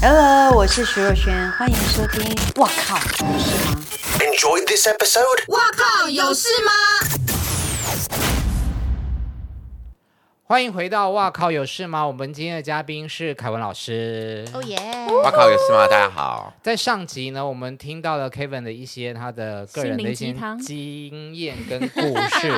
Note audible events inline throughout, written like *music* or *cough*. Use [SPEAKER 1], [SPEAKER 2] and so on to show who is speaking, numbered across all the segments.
[SPEAKER 1] Hello，我是徐若瑄，欢迎收听。哇靠，有事吗？
[SPEAKER 2] Enjoyed this episode?
[SPEAKER 3] 哇靠，有事吗？
[SPEAKER 4] 欢迎回到《哇靠有事吗》？我们今天的嘉宾是凯文老师。
[SPEAKER 3] 哦耶！
[SPEAKER 5] 哇靠，有事吗？大家好，
[SPEAKER 4] 在上集呢，我们听到了 Kevin 的一些他的个人的一
[SPEAKER 6] 心
[SPEAKER 4] 些
[SPEAKER 6] 灵鸡汤
[SPEAKER 4] 经验跟故事。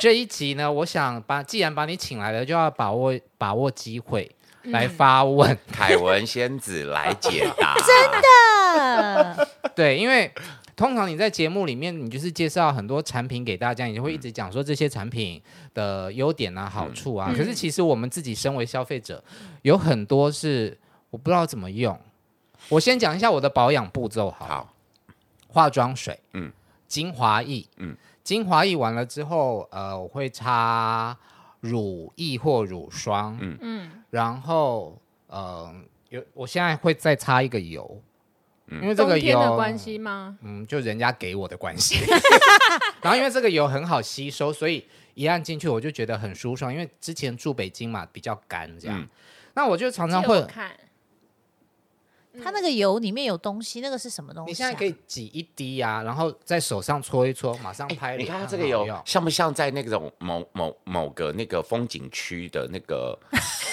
[SPEAKER 4] 这一集呢，我想把既然把你请来了，就要把握把握机会来发问。
[SPEAKER 5] 凯文仙子来解答，真的
[SPEAKER 4] 对，因为通常你在节目里面，你就是介绍很多产品给大家，你就会一直讲说这些产品的优点啊、好处
[SPEAKER 6] 嗯
[SPEAKER 4] 啊。可是其实我们自己身为消费者，有很多是我不知道怎么用。我先讲一下我的保养步骤好了，
[SPEAKER 5] 好，
[SPEAKER 4] 化妆水，嗯
[SPEAKER 5] 嗯，
[SPEAKER 4] 精华液，嗯
[SPEAKER 5] 嗯，
[SPEAKER 4] 精华液完了之后，呃，我会擦乳液或乳霜，嗯
[SPEAKER 5] 嗯
[SPEAKER 4] 嗯，然后，呃，有我现在会再擦一个油，因为这个
[SPEAKER 6] 冬天
[SPEAKER 4] 油
[SPEAKER 6] 的关系吗？
[SPEAKER 4] 嗯，就人家给我的关
[SPEAKER 3] *laughs*
[SPEAKER 4] 系。然后因为这个油很好吸收，所以一按进去我就觉得很舒爽。因为之前住北京嘛，比较干这样。
[SPEAKER 5] 嗯
[SPEAKER 4] 那我就常常
[SPEAKER 6] 借
[SPEAKER 4] 会
[SPEAKER 6] 我，看
[SPEAKER 3] 它
[SPEAKER 6] 嗯
[SPEAKER 3] 那个油里面有东西，那个是什么东西、啊？
[SPEAKER 4] 你现在可以挤一滴呀、然后在手上搓一搓，马上拍
[SPEAKER 5] 哎，你
[SPEAKER 4] 脸。
[SPEAKER 5] 看它
[SPEAKER 4] 很
[SPEAKER 5] 这个
[SPEAKER 4] 好
[SPEAKER 5] 有
[SPEAKER 4] 用
[SPEAKER 5] 像不像在那种某某某个那个风景区的那个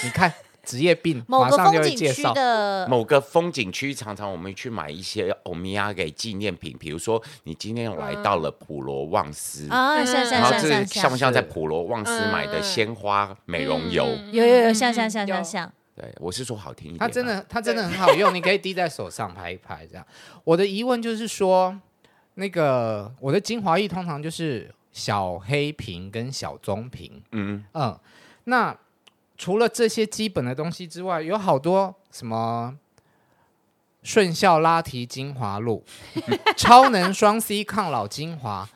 [SPEAKER 4] 你看职业病，
[SPEAKER 3] 某
[SPEAKER 4] 马
[SPEAKER 3] 个
[SPEAKER 4] 上就
[SPEAKER 3] 风
[SPEAKER 4] 会
[SPEAKER 3] 景
[SPEAKER 4] 介
[SPEAKER 3] 区
[SPEAKER 4] 绍。
[SPEAKER 3] 的
[SPEAKER 5] 某个风景区？常常我们去买一些欧米亚给纪念品，比如说你今天来到了普罗旺斯，
[SPEAKER 3] 啊，
[SPEAKER 4] 嗯
[SPEAKER 3] 像像
[SPEAKER 5] 然后
[SPEAKER 3] 像
[SPEAKER 5] 这
[SPEAKER 3] 像
[SPEAKER 5] 像不
[SPEAKER 3] 像，
[SPEAKER 5] 像在普罗旺斯买的鲜花美容油？
[SPEAKER 3] 有有有像像像像
[SPEAKER 6] 嗯有
[SPEAKER 3] 像，
[SPEAKER 5] 对我是说好听一点啊，
[SPEAKER 4] 它真的，它真的很好用，你可以滴在手上拍一拍这样。我的疑问就是说，那个我的精华液通常就是小黑瓶跟小棕瓶，
[SPEAKER 5] 嗯，
[SPEAKER 4] 嗯，那除了这些基本的东西之外，有好多什么顺效拉提精华
[SPEAKER 5] *laughs*
[SPEAKER 4] 露、超能双 C 抗老精华，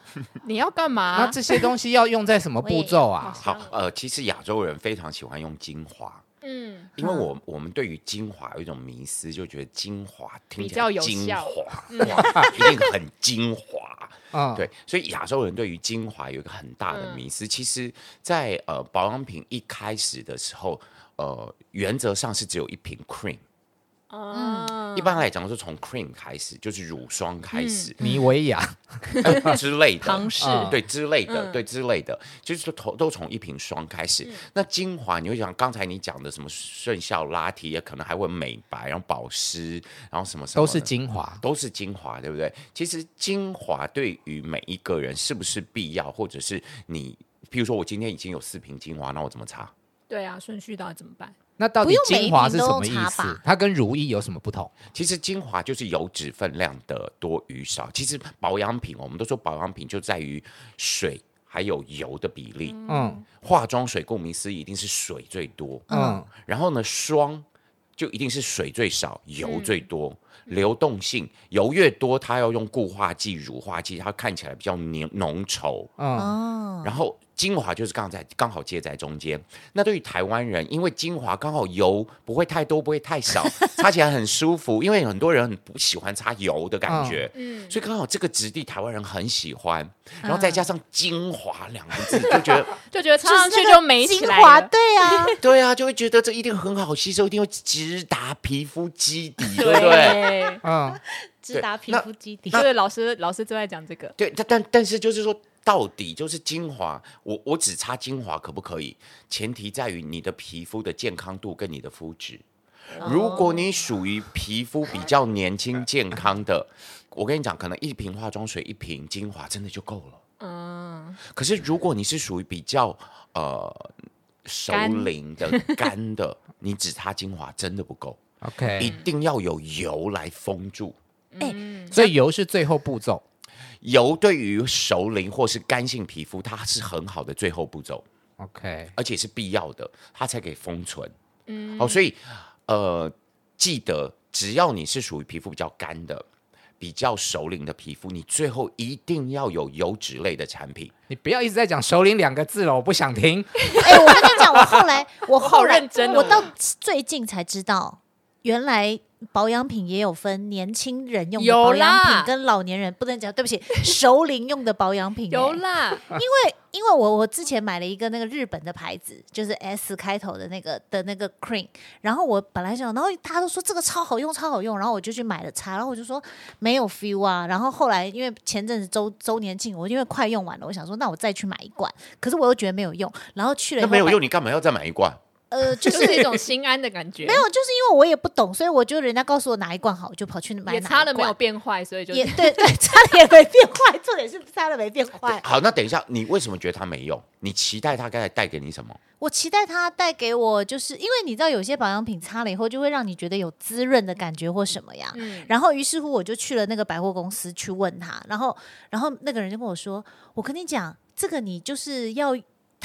[SPEAKER 6] 你要干嘛
[SPEAKER 3] 啊
[SPEAKER 4] 那？这些东西要用在什么步骤
[SPEAKER 3] *laughs*
[SPEAKER 4] 啊？
[SPEAKER 5] 好，呃，其实亚洲人非常喜欢用精华。
[SPEAKER 6] 嗯，
[SPEAKER 5] 因为我我们对于精华有一种迷思，就觉得精华听
[SPEAKER 6] 比
[SPEAKER 5] 起
[SPEAKER 6] 较
[SPEAKER 5] 来
[SPEAKER 6] 有
[SPEAKER 5] 精
[SPEAKER 6] 效嗯
[SPEAKER 5] 华，哇，一定很精华。
[SPEAKER 4] 嗯，
[SPEAKER 5] 对，所以亚洲人对于精华有一个很大
[SPEAKER 6] 嗯
[SPEAKER 5] 的迷思。其实在，呃保养品一开始的时候，呃，原则上是只有一瓶 cream。
[SPEAKER 6] 嗯嗯
[SPEAKER 5] 一般来讲，是从 cream 开始，就是乳霜开始、
[SPEAKER 4] 妮维雅，
[SPEAKER 5] 呃 *laughs* 之类的，啊
[SPEAKER 6] 尝试
[SPEAKER 4] 嗯嗯
[SPEAKER 5] 对之类的，对之类的，就是头都从一瓶霜开始。那精华，你会想刚才你讲的什么顺效拉提，也可能还会美白，然后保湿，然后什么什么
[SPEAKER 4] 都
[SPEAKER 5] 的
[SPEAKER 4] 是精华。
[SPEAKER 5] 都是精华，对不对？其实精华对于每一个人是不是必要，或者是你，譬如说我今天已经有四瓶精华，那我怎么擦？
[SPEAKER 6] 对啊，顺序到底怎么办？
[SPEAKER 4] 那到
[SPEAKER 3] 不
[SPEAKER 4] 底
[SPEAKER 3] 用每一
[SPEAKER 4] 精华是
[SPEAKER 3] 瓶
[SPEAKER 4] 什
[SPEAKER 3] 都
[SPEAKER 4] 么意
[SPEAKER 3] 擦
[SPEAKER 4] 思
[SPEAKER 3] 吧？
[SPEAKER 4] 它跟如意有什么不同？
[SPEAKER 5] 其实精华就是油脂分量的多与少。其实保养品，我们都说保养品就在于水还有油的比例。
[SPEAKER 4] 嗯
[SPEAKER 5] 化妆水顾名思义一定是水最多，
[SPEAKER 4] 嗯，
[SPEAKER 5] 然后呢，霜就一定是水最少，油最多，流动性油越多，它要用固化剂、乳化剂，它看起来比较浓浓稠。
[SPEAKER 4] 嗯
[SPEAKER 3] 哦
[SPEAKER 5] 然后精华就是刚才刚好接在中间。那对于台湾人，因为精华刚好油不会太多，不会太少，擦起来很舒服。因为很多人很不喜欢擦油的感觉，
[SPEAKER 6] 嗯，
[SPEAKER 5] 所以刚好这个质地台湾人很喜欢。然后再加上精华两个字，就觉得。
[SPEAKER 6] 就觉得
[SPEAKER 3] 就
[SPEAKER 6] 插
[SPEAKER 3] 是
[SPEAKER 6] 上去
[SPEAKER 3] 那个
[SPEAKER 6] 就美起
[SPEAKER 3] 精
[SPEAKER 6] 来
[SPEAKER 3] 华，
[SPEAKER 6] 了。
[SPEAKER 3] 对啊，
[SPEAKER 5] *laughs* 对啊，就会觉得这一定很好吸收，一定会直达皮肤基底，对不对？
[SPEAKER 6] 对，
[SPEAKER 4] 嗯，
[SPEAKER 5] 对
[SPEAKER 3] 直达皮
[SPEAKER 5] 那
[SPEAKER 3] 肤基底，
[SPEAKER 6] 就是老师老师最爱讲这个，
[SPEAKER 5] 对，但但但是就是说，到底就是精华，我我只擦精华可不可以？前提在于你的皮肤的健康度跟你的肤质。如果你属于皮肤比较年轻健康的，我跟你讲，可能一瓶化妆水、一瓶精华真的就够了。
[SPEAKER 6] 嗯，
[SPEAKER 5] 可是如果你是属于比较呃熟
[SPEAKER 6] 干
[SPEAKER 5] 龄的干的，你只擦精华真的不够。一
[SPEAKER 4] *laughs* OK，
[SPEAKER 5] 定要有油来封住。
[SPEAKER 4] 所以油是最后步骤。
[SPEAKER 5] 油对于熟龄或是干性皮肤，它是很好的最后步骤，
[SPEAKER 4] OK，
[SPEAKER 5] 而且是必要的，它才可以封存。嗯，好、所以呃，记得只要你是属于皮肤比较干的、比较熟龄的皮肤，你最后一定要有油脂类的产品。
[SPEAKER 4] 你不要一直在讲“首领”两个字了，我不想
[SPEAKER 6] *laughs*
[SPEAKER 4] 听。
[SPEAKER 3] *laughs* 哎、我
[SPEAKER 4] *laughs*
[SPEAKER 3] 跟你讲，我后来，我后来，
[SPEAKER 6] 认真哦
[SPEAKER 3] 我到最近才知道，原来保养品也有分年轻人用的
[SPEAKER 6] 有
[SPEAKER 3] 保养
[SPEAKER 6] 啦
[SPEAKER 3] 品跟老年人，不能讲对不起，熟龄用的保养品、
[SPEAKER 6] 有
[SPEAKER 3] 欸
[SPEAKER 6] 啦，
[SPEAKER 3] 因为因为我我之前买了一个那个日本的牌子，就是 S 开头的那个的那个 cream，然后我本来想，然后大家都说这个超好用，超好用，然后我就去买了擦，然后我就说没有 feel 啊，然后后来因为前阵子周周年庆，我因为快用完了，我想说那我再去买一罐，可是我又觉得没有用，然后去了以
[SPEAKER 5] 那
[SPEAKER 3] 后
[SPEAKER 5] 没有
[SPEAKER 3] 买
[SPEAKER 5] 用，，你干嘛要再买一罐？
[SPEAKER 3] 呃，就
[SPEAKER 6] *laughs* 就是是一种心安的感觉，
[SPEAKER 3] 没有，就是因为我也不懂，所以我就人家告诉我哪一罐好，我就跑去买哪
[SPEAKER 6] 也
[SPEAKER 3] 一
[SPEAKER 6] 擦了没有
[SPEAKER 3] 罐。
[SPEAKER 6] 变坏，所以就
[SPEAKER 3] 也对对， *laughs* 擦了也没变坏，重点是擦了没变坏。
[SPEAKER 5] 好，那等一下，你为什么觉得它没用？你期待它该带给你什么？
[SPEAKER 3] 我期待它带给我，就是因为你知道有些保养品擦了以后，就会让你觉得有滋润的感觉或什么呀。
[SPEAKER 6] 嗯，
[SPEAKER 3] 然后于是乎我就去了那个百货公司去问他，然后然后那个人就跟我说：“我跟你讲，这个你就是要。”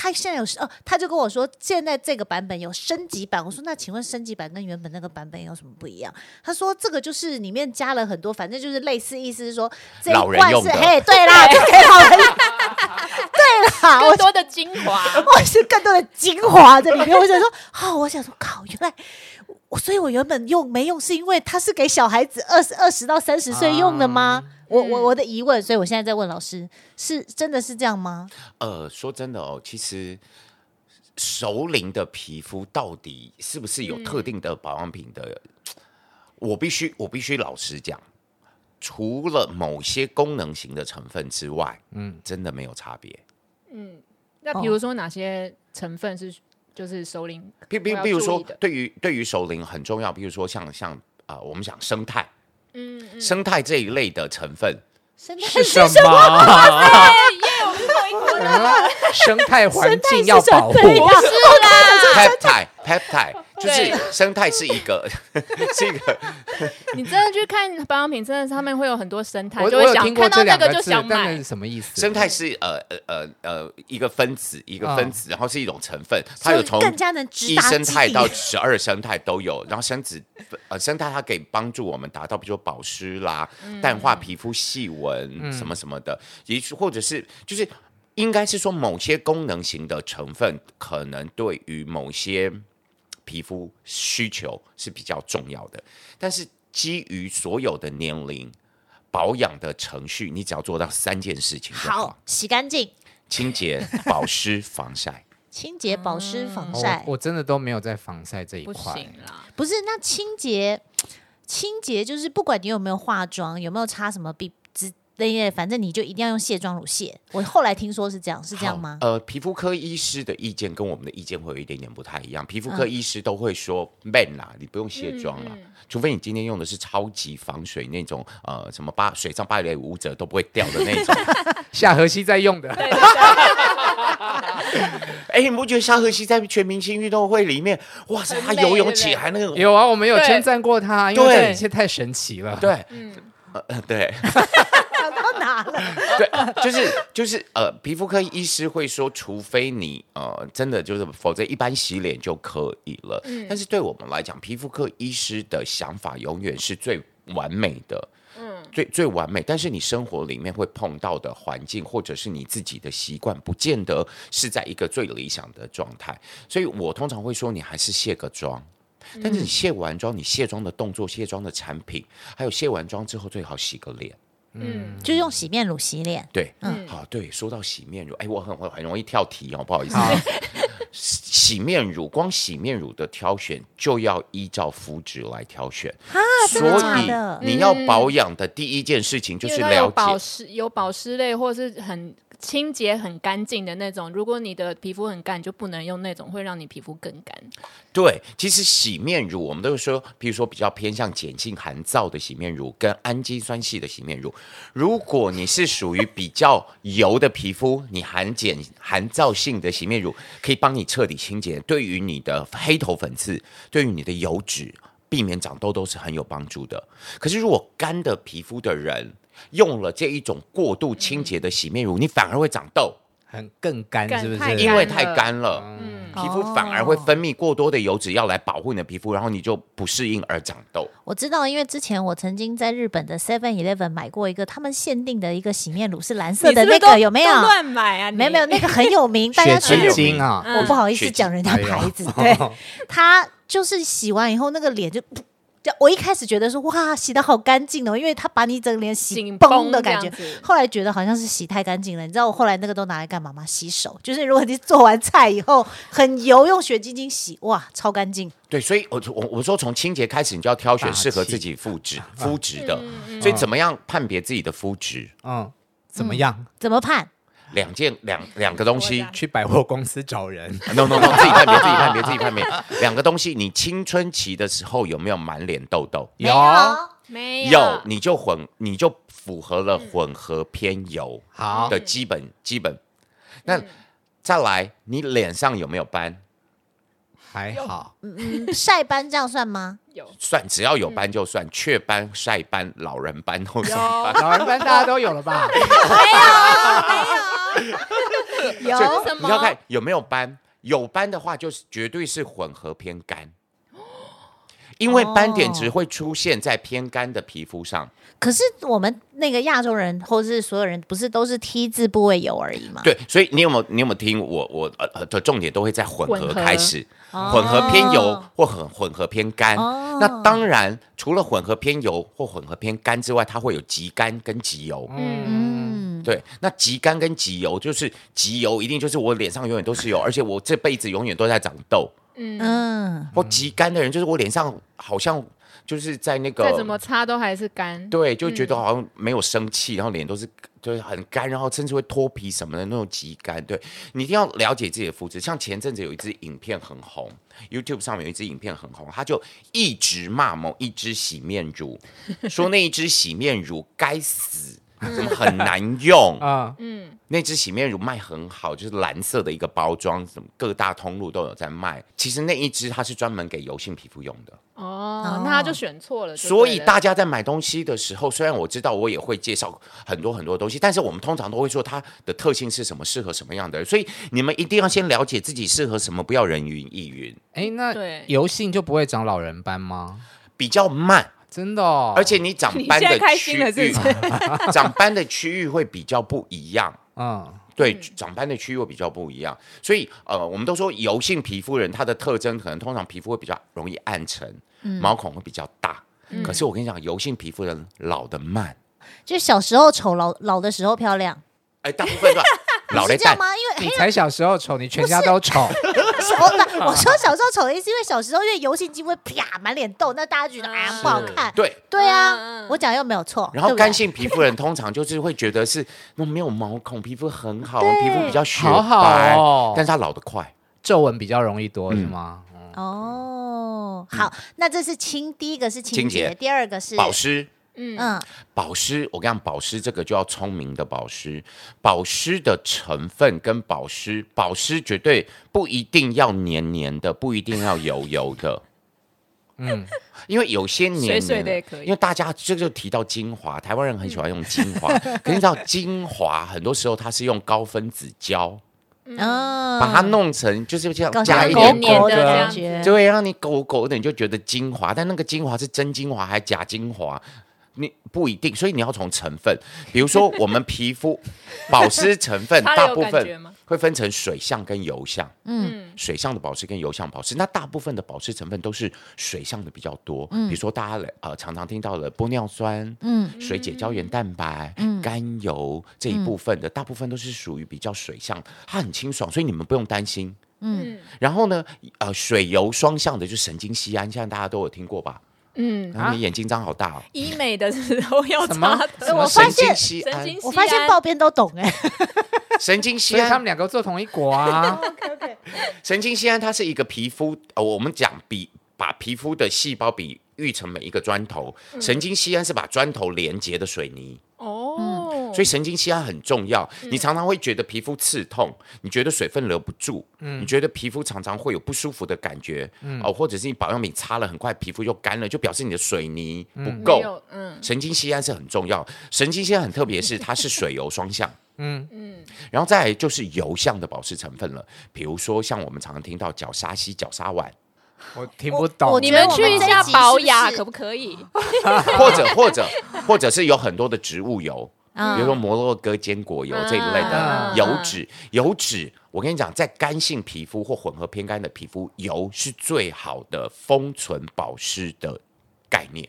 [SPEAKER 3] 他现在有哦，他就跟我说，现在这个版本有升级版。我说那请问升级版跟原本那个版本有什么不一样？他说这个就是里面加了很多，反正就是类似，意思是说这一
[SPEAKER 5] 老人
[SPEAKER 3] 罐
[SPEAKER 5] 用
[SPEAKER 3] 是
[SPEAKER 5] 的
[SPEAKER 3] 嘿，对啦，这给老人 *laughs* 用，对
[SPEAKER 6] *laughs*
[SPEAKER 3] 啦，我
[SPEAKER 6] 更多的精华，
[SPEAKER 3] 或者是更多的精华在里面。我想说，好、我想说，靠，原来我，所以我原本用没用，是因为它是给小孩子二十二十到三十
[SPEAKER 4] 啊
[SPEAKER 3] 岁用的吗？我
[SPEAKER 4] 嗯
[SPEAKER 3] 我我的疑问，所以我现在在问老师，是真的是这样吗？
[SPEAKER 5] 呃，说真的哦，其实熟龄的皮肤到底是不是有
[SPEAKER 6] 嗯
[SPEAKER 5] 特定的保养品的？我必须，我必须老实讲，除了某些功能型的成分之外，嗯，真的没有差别。
[SPEAKER 6] 那比如说哪些成分是就是熟龄
[SPEAKER 5] 比比
[SPEAKER 6] 我要
[SPEAKER 5] 比如
[SPEAKER 6] 注
[SPEAKER 5] 说
[SPEAKER 6] 意的，
[SPEAKER 5] 对于对于熟龄很重要，比如说像像啊、呃我们讲生态，
[SPEAKER 6] 嗯嗯，
[SPEAKER 5] 生态这一类的成分，
[SPEAKER 3] 生
[SPEAKER 4] 是什 *laughs*
[SPEAKER 6] 啊哎
[SPEAKER 4] 么？嗯生态环境要保护，
[SPEAKER 6] 啊
[SPEAKER 5] peptide peptide 就是
[SPEAKER 6] 对
[SPEAKER 5] 生态是一个 *laughs* 是一个，
[SPEAKER 6] *laughs* 你真的去看保养品，真的是他们会有很多生态，
[SPEAKER 4] 我
[SPEAKER 6] 就
[SPEAKER 4] 我
[SPEAKER 6] 会
[SPEAKER 4] 有
[SPEAKER 6] 想
[SPEAKER 4] 听过
[SPEAKER 6] 看
[SPEAKER 4] 这
[SPEAKER 6] 到那
[SPEAKER 4] 两
[SPEAKER 6] 个就
[SPEAKER 4] 字，
[SPEAKER 6] 想
[SPEAKER 4] 但
[SPEAKER 6] 买
[SPEAKER 4] 是。什么意思？
[SPEAKER 5] 生态是呃呃呃呃一个分子一个分
[SPEAKER 4] 嗯
[SPEAKER 5] 子，然后是一种成分，它有从
[SPEAKER 3] 更加能直
[SPEAKER 5] 一
[SPEAKER 3] 达
[SPEAKER 5] 生
[SPEAKER 3] 基
[SPEAKER 5] 态
[SPEAKER 3] 底
[SPEAKER 5] 到十二生态都有，然后生子呃生态它可以帮助我们达到，比如说保湿啦、
[SPEAKER 3] 嗯
[SPEAKER 5] 淡化皮肤细纹什么什么的，也许或者是就是应该是说某些功能型的成分可能对于某些皮肤需求是比较重要的，但是基于所有的年龄。保养的程序，你只要做到三件事情就好：
[SPEAKER 3] 好，洗干净、
[SPEAKER 5] 清洁、保湿、防晒。
[SPEAKER 3] 清洁、保湿、防
[SPEAKER 4] 哦
[SPEAKER 3] 晒。
[SPEAKER 4] 我我真的都没有在防晒这一
[SPEAKER 6] 不
[SPEAKER 4] 块。
[SPEAKER 6] 行啦，
[SPEAKER 3] 不是，那清洁，清洁就是不管你有没有化妆，有没有擦什么 B 之类的，反正你就一定要用卸妆乳卸。我后来听说是这样， *laughs* 是这样
[SPEAKER 5] 好
[SPEAKER 3] 吗？
[SPEAKER 5] 呃，皮肤科医师的意见跟我们的意见会有一点点不太一样。皮肤科
[SPEAKER 3] 嗯
[SPEAKER 5] 医师都会说 man 啦，你不用卸妆啦，除非你今天用的是超级防水那种，呃，什么芭水上芭蕾舞者都不会掉的
[SPEAKER 3] *laughs*
[SPEAKER 5] 那种。
[SPEAKER 4] 夏荷西在用
[SPEAKER 6] *laughs*
[SPEAKER 4] 的，
[SPEAKER 5] 哎，你不觉得沙河西在全明星运动会里面，哇塞，他游泳起来那个，
[SPEAKER 4] 有啊，我们有
[SPEAKER 6] 对
[SPEAKER 4] 称赞过他，因为这一切太神奇了。
[SPEAKER 5] 对，
[SPEAKER 3] 嗯
[SPEAKER 5] 呃呃，对。
[SPEAKER 3] 想 *laughs* 到哪了？
[SPEAKER 5] 对，就是就是呃，皮肤科医师会说，除非你呃真的就是，否则一般洗脸就可以了。但是对我们来讲，皮肤科医师的想法永远是最完美的。嗯，最最完美，但是你生活里面会碰到的环境，或者是你自己的习惯，不见得是在一个最理想的状态。所以我通常会说，你还是卸个妆。但是你卸完妆，你卸妆的动作、卸妆的产品，还有卸完妆之后最好洗个脸。
[SPEAKER 6] 嗯，
[SPEAKER 3] 就用洗面乳洗脸。
[SPEAKER 5] 对，
[SPEAKER 6] 嗯
[SPEAKER 5] 好，对，说到洗面乳，哎，我很我很容易跳题哦，不好意思
[SPEAKER 4] 好。
[SPEAKER 5] *laughs* 洗面乳，光洗面乳的挑选就要依照肤质来挑选啊，所
[SPEAKER 3] 的假
[SPEAKER 5] 以
[SPEAKER 3] 的
[SPEAKER 5] 你要保养的第一件事情就
[SPEAKER 6] 嗯因为
[SPEAKER 5] 是
[SPEAKER 6] 它有
[SPEAKER 5] 了
[SPEAKER 6] 保
[SPEAKER 5] 解。
[SPEAKER 6] 湿，有保湿类或者是很清洁、很干净的那种。如果你的皮肤很干，你就不能用那种会让你皮肤更干。
[SPEAKER 5] 对，其实洗面乳我们都是说，比如说比较偏向碱性含皂的洗面乳跟氨基酸系的洗面乳。如果你是属于比较油的皮肤，你含碱含皂性的洗面乳可以帮你彻底清洁，对于你的黑头粉刺，对于你的油脂，避免长痘痘是很有帮助的。可是如果干的皮肤的人用了这一种过度清洁的洗面乳，你反而会长痘，
[SPEAKER 4] 很更干
[SPEAKER 6] 干
[SPEAKER 4] 是不
[SPEAKER 6] 太
[SPEAKER 4] 是？
[SPEAKER 5] 因为太
[SPEAKER 6] 干了
[SPEAKER 5] 干了。
[SPEAKER 6] 嗯，
[SPEAKER 5] 皮肤反而会分泌过多的油脂，要来保护你的皮肤，然后你就不适应而长痘。
[SPEAKER 3] 我知道，因为之前我曾经在日本的 Seven Eleven 买过一个他们限定的一个洗面乳，是蓝色的那个，有没有？
[SPEAKER 6] 乱买
[SPEAKER 3] *laughs*
[SPEAKER 6] 啊？
[SPEAKER 3] 没有没有，那个很有名，大
[SPEAKER 4] 血
[SPEAKER 3] 家去
[SPEAKER 5] 很
[SPEAKER 4] 脂
[SPEAKER 5] 有
[SPEAKER 3] 日
[SPEAKER 5] 名
[SPEAKER 4] 精啊，
[SPEAKER 3] 我不好意
[SPEAKER 5] 血
[SPEAKER 3] 思
[SPEAKER 5] 脂
[SPEAKER 3] 讲人家
[SPEAKER 4] 哎呦
[SPEAKER 3] 牌子，对，它就是洗完以后那个脸就噗就我一开始觉得说哇，洗的好干净哦，因为它把你整个脸洗
[SPEAKER 6] 紧
[SPEAKER 3] 崩
[SPEAKER 6] 绷
[SPEAKER 3] 的感觉
[SPEAKER 6] 这样。子
[SPEAKER 3] 后来觉得好像是洗太干净了，你知道我后来那个都拿来干嘛吗？洗手，就是如果你做完菜以后很油，用洗洁精洗，哇，超干净。
[SPEAKER 5] 对，所以我我我说从清洁开始，你就要挑选适合自己肤质肤质的。
[SPEAKER 6] 嗯
[SPEAKER 5] 所以怎么样判别自己的肤质？
[SPEAKER 4] 嗯，怎么样？
[SPEAKER 3] 怎么判？
[SPEAKER 5] 两件两两个东西
[SPEAKER 6] 我的
[SPEAKER 4] 去百货公司找人，
[SPEAKER 5] ，no no no，自己判别，自己判别，自己判别。两个东西，你青春期的时候有没有满脸痘痘？
[SPEAKER 4] 有啊
[SPEAKER 6] 没啊
[SPEAKER 5] 有，你就混，你就符合了混合偏油
[SPEAKER 4] 好
[SPEAKER 5] 的基本基
[SPEAKER 6] 嗯
[SPEAKER 5] 本。那再来，你脸上有没有斑？
[SPEAKER 4] 还好，
[SPEAKER 3] 嗯晒斑这样算吗？
[SPEAKER 6] 有
[SPEAKER 5] 算，只要有斑就算，雀斑、晒斑、老人斑都算。
[SPEAKER 6] 嗯有
[SPEAKER 4] 老人斑大家都有了
[SPEAKER 6] *laughs*
[SPEAKER 4] 吧？
[SPEAKER 3] 有
[SPEAKER 5] *laughs* 所以
[SPEAKER 6] 什
[SPEAKER 5] 你要
[SPEAKER 6] 么
[SPEAKER 5] 看有没有斑，有斑的话，就是绝对是混合偏干，因为斑点
[SPEAKER 6] 哦
[SPEAKER 5] 只会出现在偏干的皮肤上。
[SPEAKER 3] 可是我们那个亚洲人或是所有人，不是都是 T 字部位有而已吗？
[SPEAKER 5] 对，所以你有没有你有没有听我我呃呃的重点都会在混合
[SPEAKER 6] 混合
[SPEAKER 5] 开始，
[SPEAKER 3] 哦
[SPEAKER 5] 混合偏油或混混合偏干。
[SPEAKER 3] 哦
[SPEAKER 5] 那当然，除了混合偏油或混合偏干之外，它会有极干跟极油。
[SPEAKER 3] 嗯，
[SPEAKER 5] 对，那极干跟极油就是极油，一定就是我脸上永远都是油，而且我这辈子永远都在长痘。
[SPEAKER 6] 嗯，
[SPEAKER 3] 嗯，
[SPEAKER 5] 或极干的人，就是我脸上好像就是在那个
[SPEAKER 6] 再怎么擦都还是干。
[SPEAKER 5] 对，就觉得好像没有生气，然后脸都是就是很干，然后甚至会脱皮什么的那种极干。对你一定要了解自己的肤质。像前阵子有一支影片很红，YouTube 上面有一支影片很红，他就一直骂某一支洗面乳，说那一支洗面乳该死。怎么很难用？
[SPEAKER 4] 啊，
[SPEAKER 5] 那支洗面乳卖很好，就是蓝色的一个包装，什么各大通路都有在卖。其实那一支它是专门给油性皮肤用的，
[SPEAKER 6] 哦，那他就选错了。
[SPEAKER 5] 所以大家在买东西的时候，虽然我知道我也会介绍很多很多东西，但是我们通常都会说它的特性是什么，适合什么样的人。所以你们一定要先了解自己适合什么，不要人云亦云，
[SPEAKER 4] 哎，那
[SPEAKER 6] 嗯对
[SPEAKER 4] 油性就不会长老人斑吗？
[SPEAKER 5] 比较慢，
[SPEAKER 4] 真的哦，
[SPEAKER 5] 而且你长
[SPEAKER 6] *laughs* 你
[SPEAKER 5] 斑
[SPEAKER 6] 现在
[SPEAKER 5] 的
[SPEAKER 6] 开
[SPEAKER 5] 区
[SPEAKER 6] 心了是
[SPEAKER 5] 域
[SPEAKER 6] 不，
[SPEAKER 5] 长斑的区域会比较不一样。
[SPEAKER 4] 嗯，
[SPEAKER 5] 对，长斑的区域会比较不一样，所以呃，我们都说油性皮肤人，他的特征可能通常皮肤会比较容易暗沉，
[SPEAKER 6] 嗯
[SPEAKER 5] 毛孔会比较大。可是我跟你讲，油性皮肤人老得慢，
[SPEAKER 3] 就小时候丑，老老的时候漂亮，
[SPEAKER 5] 哎，大部
[SPEAKER 3] *laughs*
[SPEAKER 5] 分都老
[SPEAKER 3] 是
[SPEAKER 5] 来
[SPEAKER 3] 这样
[SPEAKER 5] 淡。
[SPEAKER 3] 吗？因为 *laughs*
[SPEAKER 4] 你才小时候丑，你全家都丑， *laughs*
[SPEAKER 3] 小不，我说小时候丑的意思，因为小时候因为油性肌肤会啪满脸痘，那大家觉得哎呀不好看。
[SPEAKER 5] 对，
[SPEAKER 3] 对啊
[SPEAKER 6] 嗯嗯，
[SPEAKER 3] 我讲又没有错。
[SPEAKER 5] 然后
[SPEAKER 3] 对不对
[SPEAKER 5] 干性皮肤人通常就是会觉得是 *laughs* 那种没有毛孔，皮肤很好，
[SPEAKER 3] 对
[SPEAKER 5] 皮肤比较雪
[SPEAKER 4] 好好
[SPEAKER 5] 白，
[SPEAKER 4] 哦
[SPEAKER 5] 但是他老得快。
[SPEAKER 4] 皱纹比较容易多是吗？
[SPEAKER 3] 哦，好，那这是清，第一个是清
[SPEAKER 5] 清
[SPEAKER 3] 洁，
[SPEAKER 5] 洁
[SPEAKER 3] 第二个是
[SPEAKER 5] 保湿，
[SPEAKER 6] 嗯，
[SPEAKER 3] 嗯，
[SPEAKER 5] 保湿，我跟你讲，保湿这个就要聪明的保湿，保湿的成分跟保湿，保湿绝对不一定要黏黏的，不一定要油油的。嗯，因为有些黏黏
[SPEAKER 6] 水水的也可以
[SPEAKER 5] 因为大家这就提到精华，台湾人很喜欢用精
[SPEAKER 6] *laughs*
[SPEAKER 5] 华，可是你知道精华很多时候它是用高分子胶
[SPEAKER 3] 嗯，
[SPEAKER 5] 把它弄成，就是这
[SPEAKER 3] 搞成
[SPEAKER 5] 样加一
[SPEAKER 3] 狗
[SPEAKER 5] 点
[SPEAKER 6] 黏
[SPEAKER 3] 狗
[SPEAKER 6] 狗
[SPEAKER 3] 的
[SPEAKER 6] 的
[SPEAKER 3] 感
[SPEAKER 6] 感
[SPEAKER 3] 觉，
[SPEAKER 5] 就会让你狗狗的，你就觉得精华，但那个精华是真精华还是假精华？你不一定，所以你要从成分，比如说我们皮肤保湿成
[SPEAKER 6] *laughs*
[SPEAKER 5] 分，
[SPEAKER 6] 擦了
[SPEAKER 5] 大
[SPEAKER 6] 有
[SPEAKER 5] 部
[SPEAKER 6] 感觉
[SPEAKER 5] 分
[SPEAKER 6] 吗
[SPEAKER 5] 会分成水相跟油相。
[SPEAKER 6] 嗯，
[SPEAKER 5] 水相的保湿跟油相保湿，那大部分的保湿成分都是水相的比较多，比如说大家来呃常常听到的玻尿酸，
[SPEAKER 3] 嗯
[SPEAKER 5] 嗯，水解胶原蛋白，甘油这一部分的，大部分都是属于比较水相，它很清爽，所以你们不用担心。
[SPEAKER 6] 嗯
[SPEAKER 5] 然后呢，呃，水油双向的就神经酰胺，现在大家都有听过吧？
[SPEAKER 6] 嗯，
[SPEAKER 5] 然后你眼睛张好大哦，
[SPEAKER 6] 医美的时候要
[SPEAKER 4] 什么
[SPEAKER 6] 擦
[SPEAKER 4] 什
[SPEAKER 6] 的，哦
[SPEAKER 4] 么
[SPEAKER 3] 我
[SPEAKER 5] 神
[SPEAKER 3] 发
[SPEAKER 5] 经
[SPEAKER 3] 现，
[SPEAKER 5] 酰
[SPEAKER 6] 神
[SPEAKER 5] 胺
[SPEAKER 6] 经，
[SPEAKER 3] 我发现
[SPEAKER 6] 爆
[SPEAKER 3] 爆边都懂哎，
[SPEAKER 5] 神经
[SPEAKER 4] 所以
[SPEAKER 5] 酰
[SPEAKER 4] 他们
[SPEAKER 5] 胺，
[SPEAKER 4] 两个做同一国 *laughs* 啊，
[SPEAKER 5] 神经酰胺它是一个皮肤，呃，我们讲比把皮肤的细胞比喻成每一个砖头，
[SPEAKER 6] 嗯
[SPEAKER 5] 神经酰胺是把砖头连接的水泥。
[SPEAKER 3] 嗯
[SPEAKER 6] 哦，嗯
[SPEAKER 5] 所以神经酰胺很重要。你常常会觉得皮肤刺痛，你觉得水分留不住，你觉得皮肤常常会有不舒服的感觉，哦，或者是你保养品擦了很快皮肤就干了，就表示你的水泥不
[SPEAKER 6] 没
[SPEAKER 5] 够。
[SPEAKER 6] 有，嗯
[SPEAKER 5] 神经酰胺是很重要，神经酰胺很特别，是它是水油双向。
[SPEAKER 6] 嗯，
[SPEAKER 5] 然后再来就是油相的保湿成分了，比如说像我们常常听到角鲨烯、角鲨烷，
[SPEAKER 4] 我听不懂
[SPEAKER 3] 我。
[SPEAKER 6] 你
[SPEAKER 3] 觉得
[SPEAKER 6] 们
[SPEAKER 3] 我
[SPEAKER 6] 去
[SPEAKER 3] 们
[SPEAKER 6] 一
[SPEAKER 3] 这
[SPEAKER 6] 下
[SPEAKER 3] 一集
[SPEAKER 6] 保
[SPEAKER 3] 是不
[SPEAKER 6] 养
[SPEAKER 3] 是
[SPEAKER 6] 可不
[SPEAKER 5] *laughs*
[SPEAKER 6] 可以？
[SPEAKER 5] 或者或者或者是有很多的植物油，
[SPEAKER 3] 嗯
[SPEAKER 5] 比如说摩洛哥坚果油这一类的
[SPEAKER 6] 嗯
[SPEAKER 5] 油脂，油脂，我跟你讲，在干性皮肤或混合偏干的皮肤，油是最好的封存保湿的概念。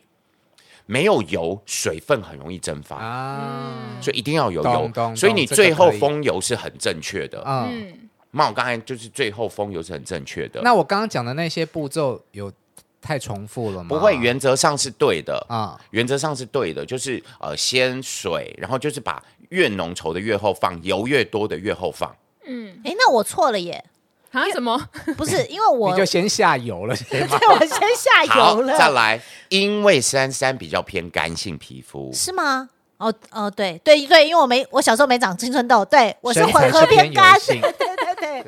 [SPEAKER 5] 没有油，水分很容易蒸发，
[SPEAKER 6] 嗯
[SPEAKER 4] 啊，
[SPEAKER 5] 所以一定要有
[SPEAKER 4] 懂
[SPEAKER 5] 油。
[SPEAKER 4] 懂
[SPEAKER 5] 所以
[SPEAKER 4] 懂
[SPEAKER 5] 你
[SPEAKER 4] 这个
[SPEAKER 5] 最后
[SPEAKER 4] 可以
[SPEAKER 5] 封油是很正确的。
[SPEAKER 4] 嗯，
[SPEAKER 6] 嗯，
[SPEAKER 5] 那、我刚才就是最后封油是很正确的。
[SPEAKER 4] 那我刚刚讲的那些步骤有太重复了吗？
[SPEAKER 5] 不会，原则上是对的。
[SPEAKER 4] 啊，
[SPEAKER 5] 原则上是对的，就是呃，先水，然后就是把越浓稠的越后放，油越多的越后放。
[SPEAKER 6] 嗯，
[SPEAKER 3] 哎，那我错了耶，
[SPEAKER 6] 啊，什么？
[SPEAKER 4] *laughs*
[SPEAKER 3] 不是因为我
[SPEAKER 4] 你就先下油了，对吗？
[SPEAKER 3] 对 *laughs* 我先下
[SPEAKER 4] 哎
[SPEAKER 5] 好
[SPEAKER 3] 油，
[SPEAKER 5] 再
[SPEAKER 3] 了，
[SPEAKER 5] 来，因为三三比较偏干性皮肤，
[SPEAKER 3] 是吗？哦哦，对对对，因为我没我小时候没长青春痘，对我是
[SPEAKER 4] 身材
[SPEAKER 3] 混合
[SPEAKER 4] 是偏
[SPEAKER 3] 偏干
[SPEAKER 4] 油，性，
[SPEAKER 3] 对对对